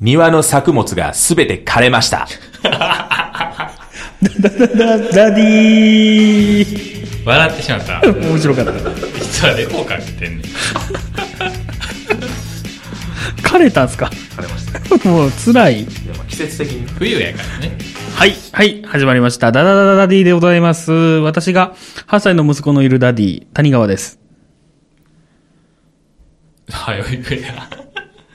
庭の作物がすべて枯れました。ララディー笑ってしまった。面白かった。実はレポをかけてんねん。枯れたんすか枯れました。もう辛い。いやまあ季節的に。冬やからね。はい、はい、始まりました。ダダダダダディでございます。私が8歳の息子のいるダディ、谷川です。はよいくや。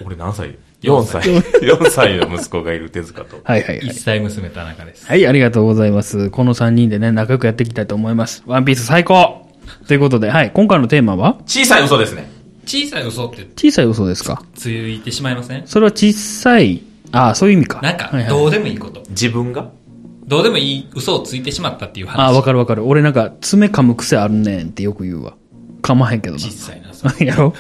俺何歳4 ?4 歳。4歳の息子がいる手塚と。はいはいはい 一。歳娘田中です。はい、ありがとうございます。この3人でね、仲良くやっていきたいと思います。ワンピース最高ということで、はい、今回のテーマは 小さい嘘ですね。小さい嘘って小さい嘘ですかついてしまいませんそれは小さい、ああ、そういう意味か。なんかはい、はいどうでもいいこと。自分がどうでもいい嘘をついてしまったっていうああ、話。わかるわかる。俺なんか、爪噛む癖あるねんってよく言うわ。噛まへんけど小さいな。な。 やろ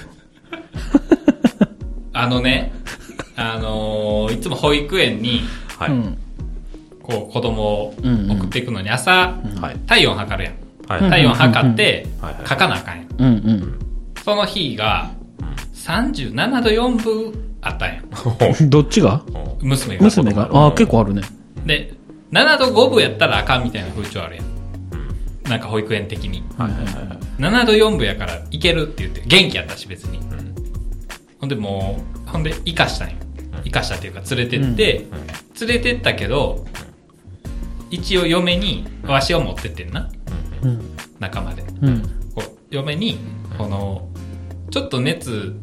あのね、 あのーいつも保育園に、はうい。ん。こう、子供をうんうん送っていくのに朝、はい。体温測るやん。はい。うんはい。体温測ってうんはいは、い書かなあかんやん。うんうん。その日が、37度4分あったんやん。どっちが娘が。娘がああ、結構あるね。で、7度5分やったらあかんみたいな風潮あるやん。なんか保育園的に。はいはいはい。 7度4分やからいけるって言って、元気やったし別に。ほんでもう、ほんで生かしたんよ。生かしたっていうか連れてって、連れてったけど、一応嫁に、わしを持ってってんな、うん。仲間で。うん。こう嫁に、この、ちょっと熱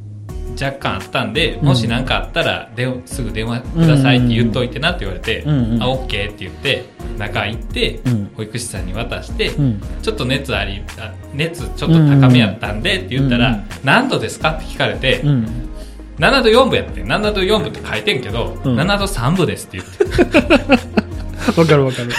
若干あったんで、もし何かあったら、で、すぐ電話くださいって言っといてなって言われて、うんうんあ、オッケーって言って、中行って、うん保育士さんに渡して、うん。ちょっと熱あり、あ熱ちょっと高めやったんでって言ったら、うんうん何度ですかって聞かれて、うん。 7度4分やって、7度4分って書いてんけど、うん7度3分ですって言って、わかるわかる。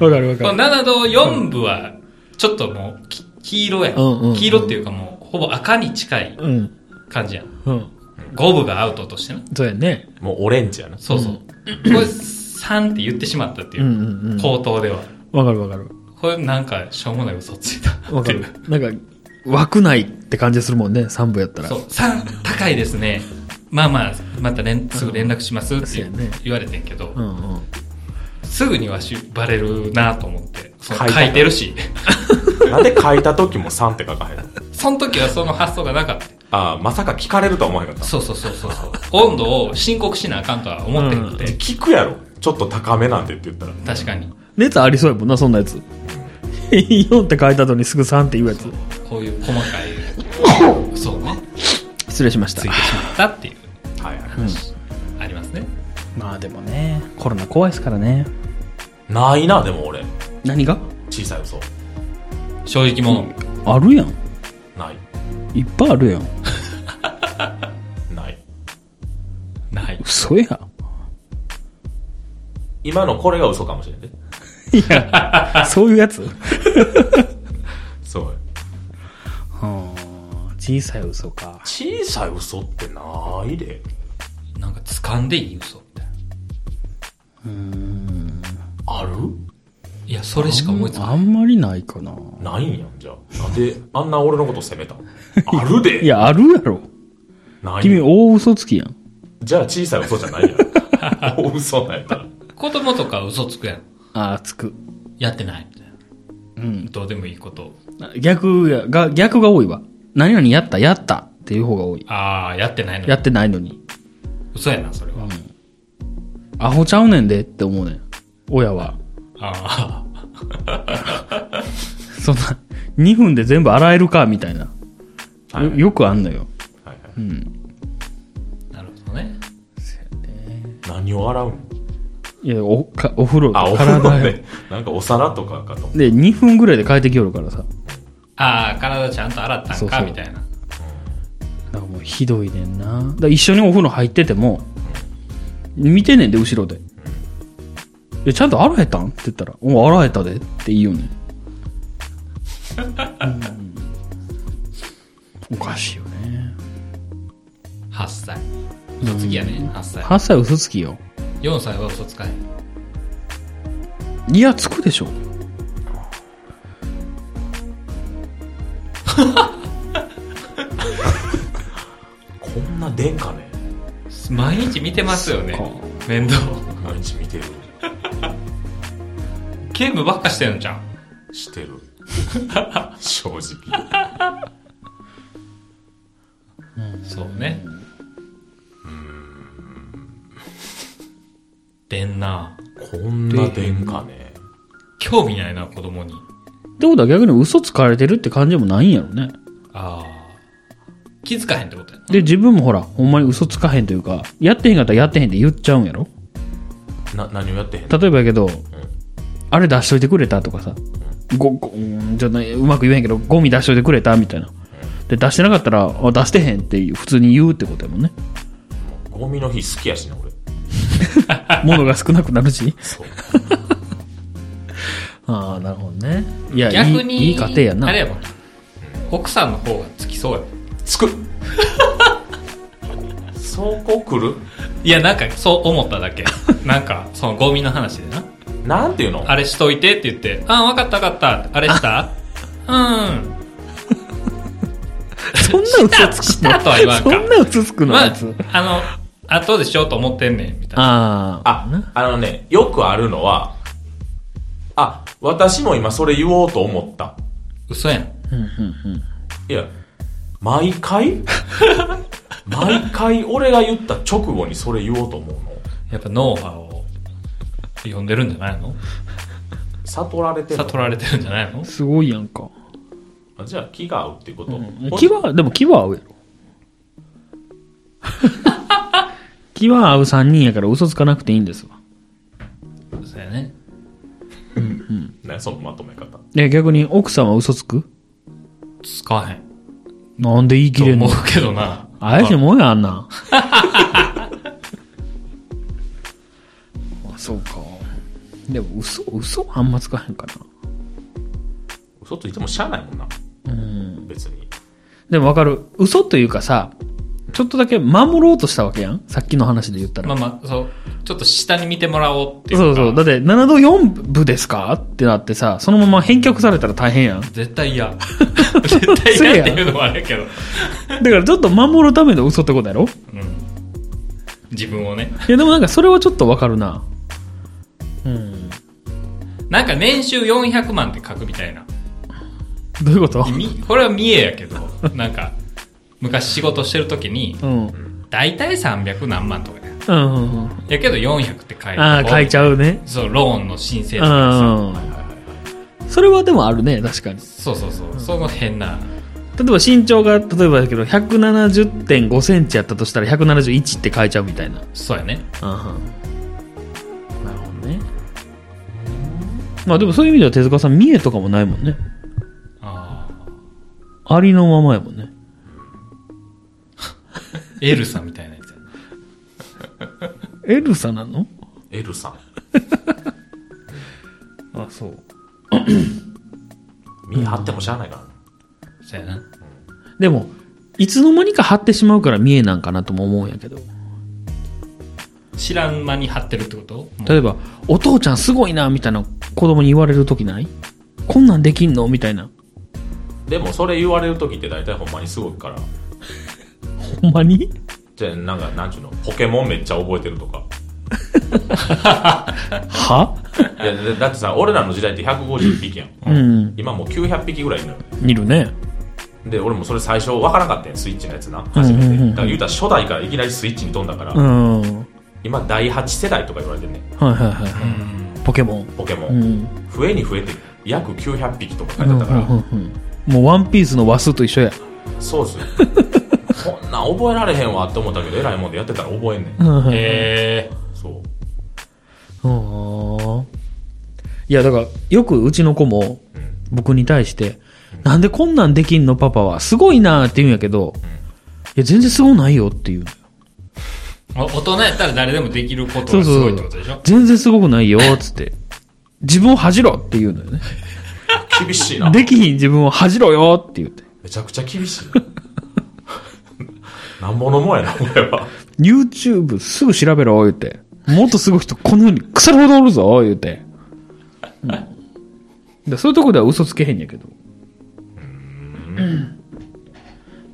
わかるわこの7度4分は、ちょっともうき、黄色や、うんうんうん黄色っていうかもう、ほぼ赤に近いうん。感じやん。うん。 5分がアウトとしてな。そうやね。もうオレンジやな。そうそう。これ3って言ってしまったっていうう、んうんうん。口頭では。わかるわかる。これなんか、しょうもない嘘ついたわっかているう。。なんか、枠ないって感じするもんね、3部やったら。そう、3高いですね。まあまあ、また連すぐ連絡しますっそうてやね言われてんけど、うんうん。すぐにはしバレるなと思って、その書いた書いてるし、なんで書いた時も3って書かへんのその時はその発想がなかった。ああ、まさか聞かれるとは思わへんかっそうそうそうそうそう。温度を申告しなあかんとは思ってなくて、た。聞くやろ。ちょっと高めなんでって言ったら。確かに。熱ありそうやもんな、そんなやつ。4って書いた後にすぐ3って言うやつ。こういう細かい、そうね、失礼しましつたいてし。まったっていうはいはい。話、ありますね。まあでもね、コロナ怖いですからね。ないな、でも俺。何が小さい嘘。正直もあるやん。ない。いっぱいあるやん。ない。う、ない。嘘やん。今のこれが嘘かもしれんね。いや、 そういうやつそう。小さい嘘か。小さい嘘ってないで。なんか掴んでいい嘘みたいな。あるいや、それしか思いつかなあい。んまりないかな。ないんやん、じゃあ。なんで、あんな俺のこと責めたんあるでいや、あるやろ。ない君、大嘘つきやん。じゃあ小さい嘘じゃないやん。大嘘なんやったら。子供とか嘘つくやん。ああ、つく。やってないみたいな。うん。どうでもいいこと。逆やが、逆が多いわ。何々やった、やったっていう方が多い。ああ、やってないのにやってないのに。嘘やな、それは。アホちゃうねんでって思うねん。親は。ああ、そんな、2分で全部洗えるか、みたいな。はいよよくあんのよ。はいはい、 なるほどね。何を洗うのいや、お、かお風呂、あ、お風呂よね。なんかお皿とかかと思で、2分ぐらいで帰ってきよるからさ。ああ、体ちゃんと洗ったんか、そうそうみたいな。だからもうひどいねんな。だから一緒にお風呂入ってても、見てんねんで、後ろで。え、ちゃんと洗えたんって言ったら、お洗えたでって言いよねん。うんおかしいよね。 8歳。嘘つきやね、8歳。 8歳嘘つきよ。 4歳は嘘つかへん。いや、つくでしょ。う。こんなでんかね。毎日見てますよねそっ面倒毎日見てる。ゲームばっかしてるんじゃんしてる。正直。そうねでんなこんな電化ね。興味ないな子供にてことは逆に嘘つかれてるって感じもないんやろね。ああ気づかへんってことやなで、自分もほら、ほんまに嘘つかへんというか、やってへんかったらやってへんって言っちゃうんやろな、何をやってへんの例えばやけど、あれ出しといてくれたとかさ、ご、ご、うんちょっとねうまく言えへんけど、ゴミ出しといてくれたみたいな。で、出してなかったら、あ出してへんって普通に言うってことや もんね。ゴミの日好きやしな、俺。物が少なくなるし。そう。 ああ、なるほどね。いや、逆にいいいい家庭やな。あれやもん奥さんの方がつきそうやもんつくそこ来るいやなんかそう思った だけなんかそのゴミの話でななんていうのあれしといてって言って「あ分かった分かったあれしたうん」そんな嘘つくのしたとは言わんかそんな嘘つくのまあいあつ。、あの、後でしようと思ってんねん、みたいな。ああ。あ、あのね、よくあるのは、あ、私も今それ言おうと思った。嘘やん。うんうんうん。いや、毎 回毎回俺が言った直後にそれ言おうと思うのやっぱノウハウを読んでるんじゃないの悟られてる悟られてるんじゃないのすごいやんか。あじゃあ気が合うっていうこと、気は、でも気は合う やろ。気は合う3人やから嘘つかなくていいんですわ。そうやね。ね、そのまとめ方。いや、逆に奥さんは嘘つくつかへん。なんで言い切とれん思のうけどな。怪しいもんや、あん なん。あ、そうか。でも嘘、嘘はあんまつかへんかな。嘘ついてもしゃあないもんな。別に。でもわかる。嘘というかさ、ちょっとだけ守ろうとしたわけやんさっきの話で言ったら。まあまあ、そう、ちょっと下に見てもらおうっていうか。そうそう。だって、7度4部ですかってなってさ、そのまま返却されたら大変やん。だ絶対 嫌。絶対嫌っていうのもあれやけど。からちょっと守るための嘘ってことやろうん。自分をね。いや、でもなんかそれはちょっとわかるな。うん。なんか年収400万って書くみたいな。どういうことみこれは見えやけど、なんか、昔仕事してる時に、うん。うん大体300何万とかや。うんうん。やけど400って書いてああ、書いちゃう。ゃうね。そう、ローンの申請うとかさ。ん。それはでもあるね、確かに。そうそうそう。その変な。例えば身長が、例えばだけど、170.5センチやったとしたら171って書いちゃうみたいな。そうやね。うん。なるほどね。まあでもそういう意味では手塚さん、見栄とかもないもんね。あありのままやもんね。あ。エルサみたいなやつや。エルサなのエルさん。あ、そう。見張ってもしゃあないからな。そうやな。でも、いつの間にか張ってしまうから見えなんかなとも思うんやけど。知らん間に貼ってるってこともう例えば、お父ちゃんすごいな、みたいな子供に言われるときないこんなんできんのみたいな。でもそれ言われる時って大体ほんまにすごいから。ほんまにじゃあなんか、なんちゅうの、ポケモンめっちゃ覚えてるとか。はいやだだってさ俺らの時代って150匹やん、うん。今もう900匹ぐらいいるのよいるね。で俺もそれ最初分からなかったやんスイッチのやつな初めて、うんうんうんうんだから言うたら初代からいきなりスイッチに飛んだから、うん。はい今第8世代とか言われてんねんはいはうん。い。ポケモン。ポケモうン、ん。増えに増えて約900匹とか書いてあったから、うんうんうんもうワンピースの和数と一緒や。そう っすこんなん覚えられへんわって思ったけどえらいもんでやってたら覚えんねんええそううんいや、だから、よくうちの子もうん僕に対して、なんでこんなんできんのパパは、すごいなーって言うんやけど、いや、全然すごないよっていう。お大人やったら誰でもできることそうがすそごいっうてことでしょ全然すごくないよっつって。自分を恥じろって言うのよね。厳しいなできひん自分を恥じろよって言って。めちゃくちゃ厳 しいななんぼのもんやな俺は YouTube すぐ調べろ言うて。もっとすごい人この世に腐るほどおるぞ言うて。うん、でそういうとこでは嘘つけへんやけど。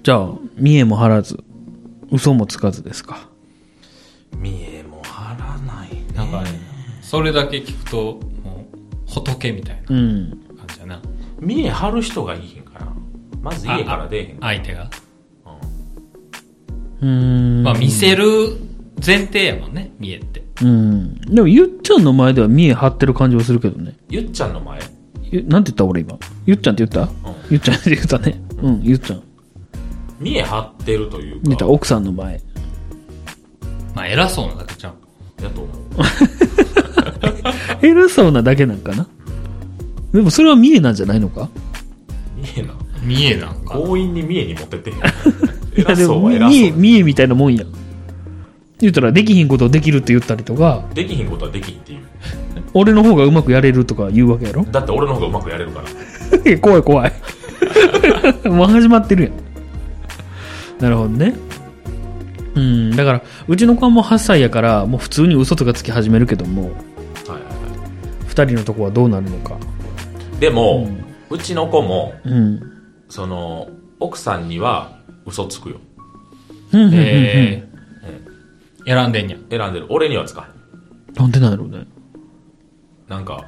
じゃあ、見栄も張らず、嘘もつかずですか。見えも張らないね。なんかね、それだけ聞くと、もう、仏みたいうん。な感じやな。見え張る人がいいへんから。まず家から出えへんか相手が。ら。うん。まあ、見せる前提やもんね、見えって。うん。でも、ゆっちゃんの前では見え張ってる感じはするけどね。ゆっちゃんの前ゆなんて言った俺今。ゆっちゃんって言ったゆっちゃんって言っ たね。うん、ゆっちゃん。見え張ってるという言っかた、、奥さんの前。まあ、偉そうなだけじゃん。やと思う。偉そうなだけなんかな。でも、それは見えなんじゃないのか見え な。見えなんか。強引に見えに持ってってんやん。いや偉でそうもは見偉見そえう。見えみたいなもんやん言ったらできひんことをできるって言ったりとかできひんことはできひんっていう。俺の方がうまくやれるとか言うわけやろだって俺の方がうまくやれるから。いや 怖い怖いもう始まってるやんなるほどねうんだからうちの子はもう8歳やからもう普通に嘘とかつき始めるけどもはいはいは2人のとこはどうなるのかい。でも、うちの子も、うんその、奥さんには嘘つくよ。えー、選んでんや。選んでる。俺にはつかへん。なんでなんだろうねなんか、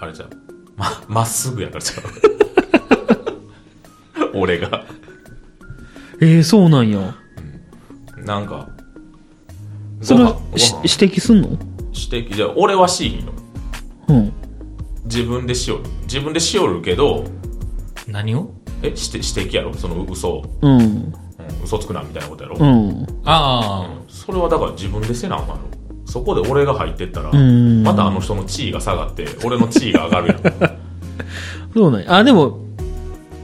あれちゃう。ま、まっすぐやからちゃ う。俺が。えー、そうなんやなんか、それはご飯しご飯指摘すんの指摘じゃあ俺はしいんよ。うん自分でしよる。自分でしよるけど、何をえ、して指摘やろその嘘を、うんうん嘘つくなみたいなことやろ、うんあそれはだから自分でせなあかんやろ。そこで俺が入ってったら、んまたあの人の地位が下がって、俺の地位が上がる やん。そうなんや。あ、でも、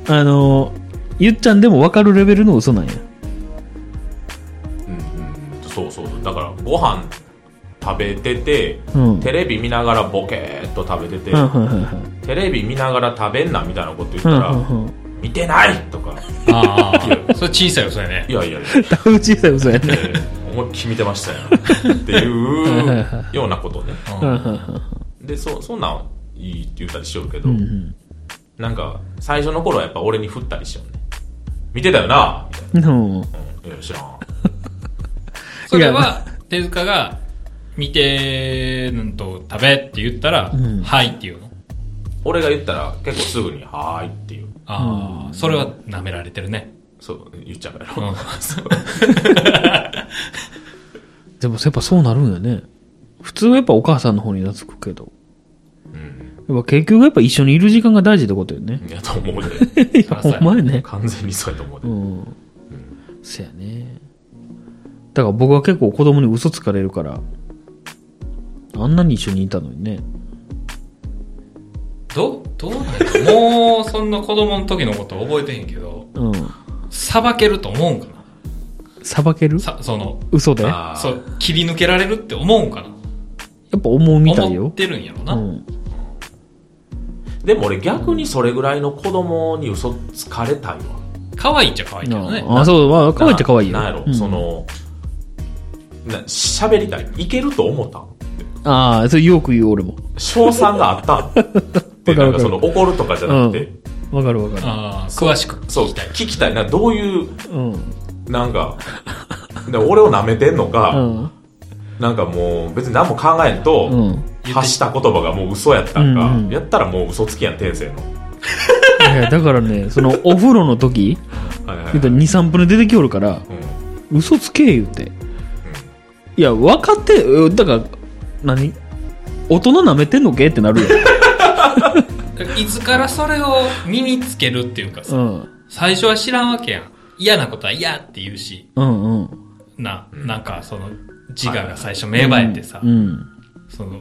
あの、ゆっちゃんでも分かるレベルの嘘なんや。うんうん、そうそうそうだからご飯食べてて、うんテレビ見ながらボケーっと食べてて、うんうんうんうんテレビ見ながら食べんなみたいなこと言っうたら、んうん。見てないとかあ、ああ、それ小さいよ、それねい。やいやいや、だいぶ小さい嘘やね。えー思いっきり見てましたよっていうようなことねううんうんんうんでそそんなんいいって言ったりしよるけど、うんなんか最初の頃はやっぱ俺に振ったりしよるね見てたよなみたいうな、うん、いん。や知らんそれは、手塚が、見て、んと、食べって言ったら、んはいって言うの。俺が言ったら結構すぐに「はーい」っていうああ、それは舐められてるね。そう言っちゃうからうん。そうでもやっぱそうなるんやね。普通はやっぱお母さんの方に懐くけど。やっぱ結局やっぱ一緒にいる時間が大事ってことよね。いやと思うで いそやらそうやお前ね。完全にそうやと思うで、うん。せやね。だから僕は結構子供に嘘つかれるから、あんなに一緒にいたのにね。ど、どうなんやもう、そんな子供の時のこと覚えてへんけど、うん。裁けると思うんかな裁けるさ、その、嘘でやあーそう、切り抜けられるって思うんかなっぱ思うみたい思っよ。てるんやろうな。ん。でも俺逆にそれぐらいの子供に嘘つかれたいわ可愛いっちゃ可愛いけどね。あ、そう、まあ、可愛いっちゃ可愛いよ。ななんやろ、うんそのな喋りたいいけると思ったんああ、それよく言う、俺も。賞賛があったんでなん わかるわかかるその怒るとかじゃなくて、わかるわかああ、詳しくそう聞きたい。聞きたいなどういうる。うん。なんかで俺を舐めてんのうか、ん。なんかもう別に何も考えんと、うん。発した言葉がもう嘘やったんか、うんうんやったらもう嘘つきやん天性の、いやだからね、その、お風呂の時、はいはいはい言うたら2、3分で出てきおるから、うん嘘つけ言うて。いや、分かって、えだから、何大人舐めてんのけってなるよ。いつからそれを身につけるっていうかうさ、ん。最初は知らんわけやん。嫌なことは嫌って言うし、うんうん。な、なんかその自我が最初芽生えてさう、ん。その、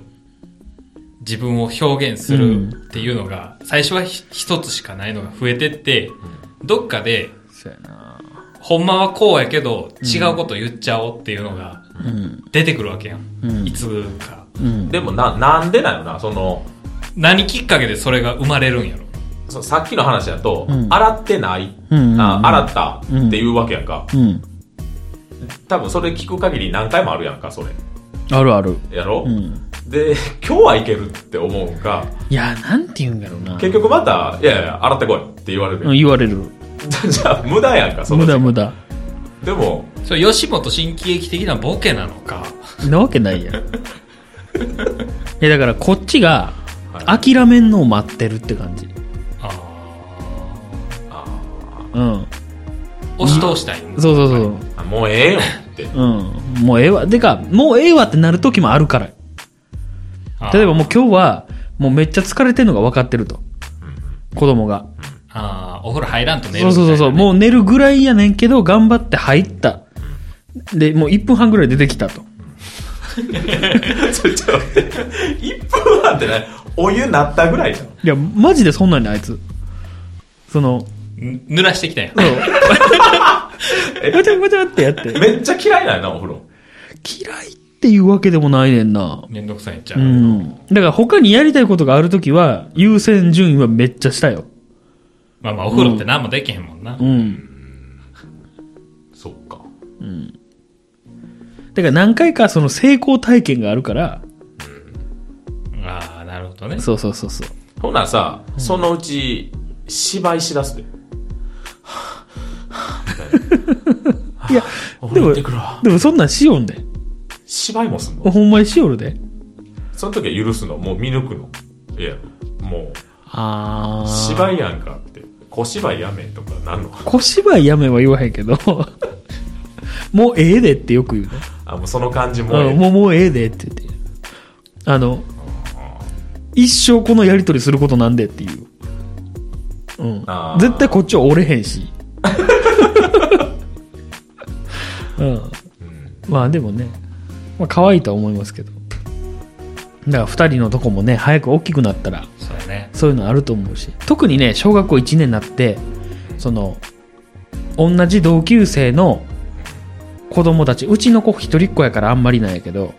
自分を表現するっていうのが、最初はひ一つしかないのが増えてって、どっかで、そうやな。ほんまはこうやけど、違うこと言っちゃおうっていうのがうん。出てくるわけやうんん。いつか。うん。でもななんでなよなその何きっかけでそれが生まれるんやろ。そうさっきの話だと、うん洗ってない、うんうんうんあ洗ったっていうわけやんか、うん。多分それ聞く限り何回もあるやんかそれあるある。やろ、うん。で今日はいけるって思うんかいや、なんて言うんだろうな。結局また「いやい や洗ってこい」って言われる、うん、言われる。じゃあ無駄やんかその無時駄間無駄。でもそれ吉本新喜劇的なボケなのかなわけな いやん。いや、だからこっちがは諦めんのを待ってるって感じ。あうん。ー押し通したいそうそうそう。あもうええよって。 うん。もうええわ。てか、もうええわってなる時もあるから。あー例えばもう今日は、もうめっちゃ疲れてるのが分かってると。子供が。あーお風呂入らんと寝るそうそうそうそう。みたいもう寝るぐらいやねんけど、頑張って入った。で、もう1分半ぐらい出てきたと。ちょ、ちょ、待って。1分半ってない。お湯なったぐらいじゃん。いや、マジでそんなんね、あいつ。その、なね濡らしてきたんや そう。ごちゃごちゃってやって。めっちゃ嫌いなんやな、お風呂。嫌いっていうわけでもないねんな。めんどくさいんちゃうう、ん。だから他にやりたいことがあるときは、優先順位はめっちゃしたよ。まあまあお風呂って何もできへんもんな、うん。そっか。だから何回かその成功体験があるから、ああなるほどねそうそうそうそう。ほなさ、そのうち、芝居しだすで。いや、俺で行っも、てでくるわ。もそんなんしよんで。芝居もすんのほんまにしよるで。その時は許すのもう見抜くのいや、もあう、芝居やんかって。小芝居やめとかなんの 小芝居やめは言わへんけど、 もうええでってよく言うね。あ、もうその感じもあのえもう、もうええでって言って。あの、一生このやりとりすることなんでっていう。うんあ。ー絶対こっちは折れへ んし。うん。えうんまあでもね、まあ可愛いとは思いますけど。だから二人のとこもね、早く大きくなったら、そうだねそういうのあると思うし。特にね、小学校1年になって、その、同じ同級生の子供たち、うちの子一人っ子やからあんまりなんやけど、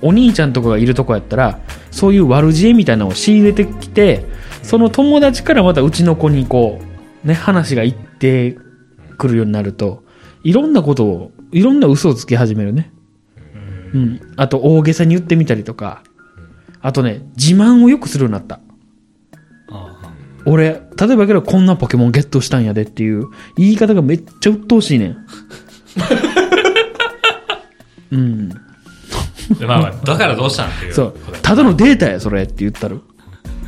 お兄ちゃんとかがいるとこやったら、そういう悪知恵みたいなのを仕入れてきて、その友達からまたうちの子にこう、ね、話が行ってくるようになると、いろんなことを、いろんな嘘をつき始めるね。うん。あと、大げさに言ってみたりとか、あとね、自慢をよくするようになった。あー俺、例えばやけど、こんなポケモンゲットしたんやでっていう、言い方がめっちゃ鬱陶しいねん。 うん。でまあまあだからどうしたんっていうそうこと。やただのデータや、それって言ったる。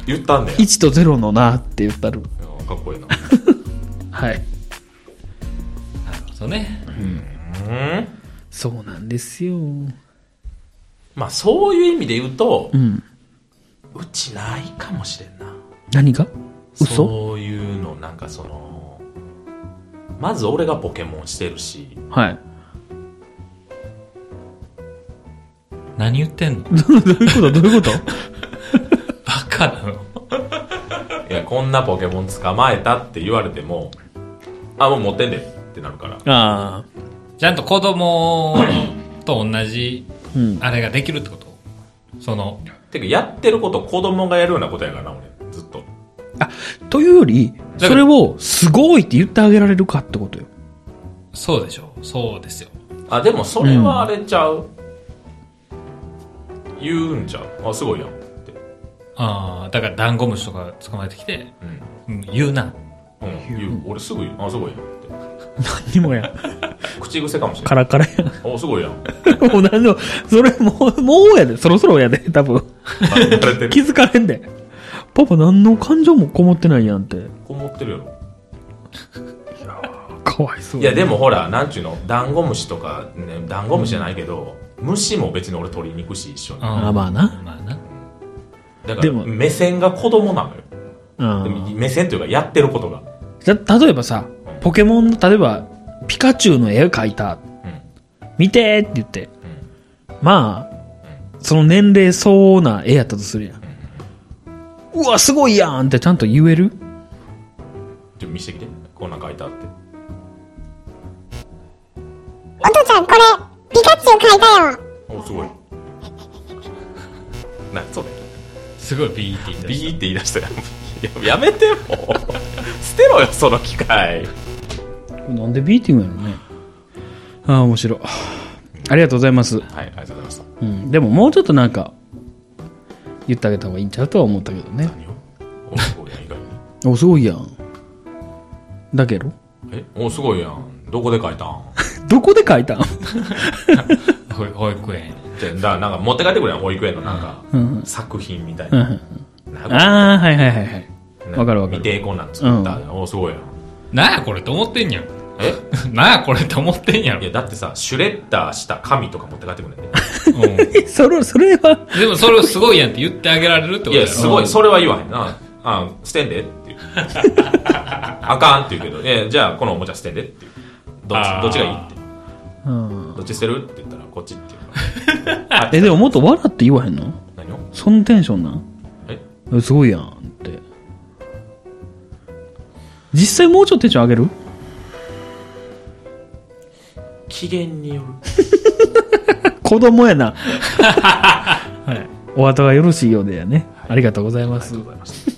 言ったんだよ。 1と0のなって言ったる。うんかっこいいな。はい。なるほどねうんそうなんですよ。うまあそういう意味で言うと、ん。うちないかもしれんな。何が嘘そういうの、なんかその、まず俺がポケモンしてるし、はい。何言ってんの どういうことどういうことバカなのいや、こんなポケモン捕まえたって言われても、あ、もう持ってんでってなるから。ああ。ちゃんと子供と同じうん。あれができるってことそのてか、やってること子供がやるようなことやからな、俺。ずっと。というより、だからそれを、すごいって言ってあげられるかってことよ。そうでしょそうですよあ、でもそれはあれちゃう。言うんちゃう。あ、すごいやん。って。ああだからダンゴムシとか捕まえてきて、うん。うん、言うなうん、言う。俺すぐ言う。あ、すごいやん。っ何にもや。て。口癖かもしれカない。ラカラや。お、すごいやん。 もう何でも、それもう、もうやで。そろそろやで、多分。まあ言われて 気る。づかれんで。パパ何の感情もこもってないやんって。こもってるよ。かわいそう。いやでもほらなんちゅうのダンゴムシとか、ね、ダンゴムシじゃないけど、虫も別に俺取りに行くし一緒にあまあなまあなだかでらも目線が子供なのようんでも目線というかやってることがじゃ、例えばさ、ポケモンの、例えば、ピカチュウの絵を描いた。見てーって言って。まあ、その年齢相応な絵やったとするやん。うわ、すごいやんってちゃんと言えるちょっと見せてきてこんなん書いてあってお父ちゃんこれピカチュウ描いたよおすごいなそれすごいビーって言ってビーって言い出したよやめてもう捨てろよその機会なんでビーティングやろね。ああ、面白い。ありがとうございまはす。いありがとうございましたうん。でももうちょっとなんか、言ってあげた方がいいんちゃうとは思ったけどね。何をおすごいやん意外にお、すごいやん。だけどえおすごいやんどこで書いたんどこで書い たん保保育園。じゃあだからなんか持って帰ってくれん保育園のなんか、うん作品みたいうんうな。んああ、はいはいはいはい。あわかるわかる未定こんなん作った。おすごいやん。なんやこれと思ってんやん。え なんやこれと思ってんやろい。や、だってさ、シュレッダーした紙とか持って帰ってくれんね。うんそれ、それは、でもそれをすごいやんって言ってあげられるってこといやや、ろ。すごうい、んそれは言わへんな。あ、捨てんでっていう。あかんって言うけど、え、じゃあこのおもちゃ捨てんでっていう。どっあちーどっちがいいって。うん。どっち捨てるって言ったら、こっちっていうえ、でももっと笑って言わへんのから。何をそのテンションなんええすごいやんって。実際もうちょっとテンション上げる機嫌による。子供 やな。はい。お後がよろしいようでやね。ありがとうございます。ありがとうございました。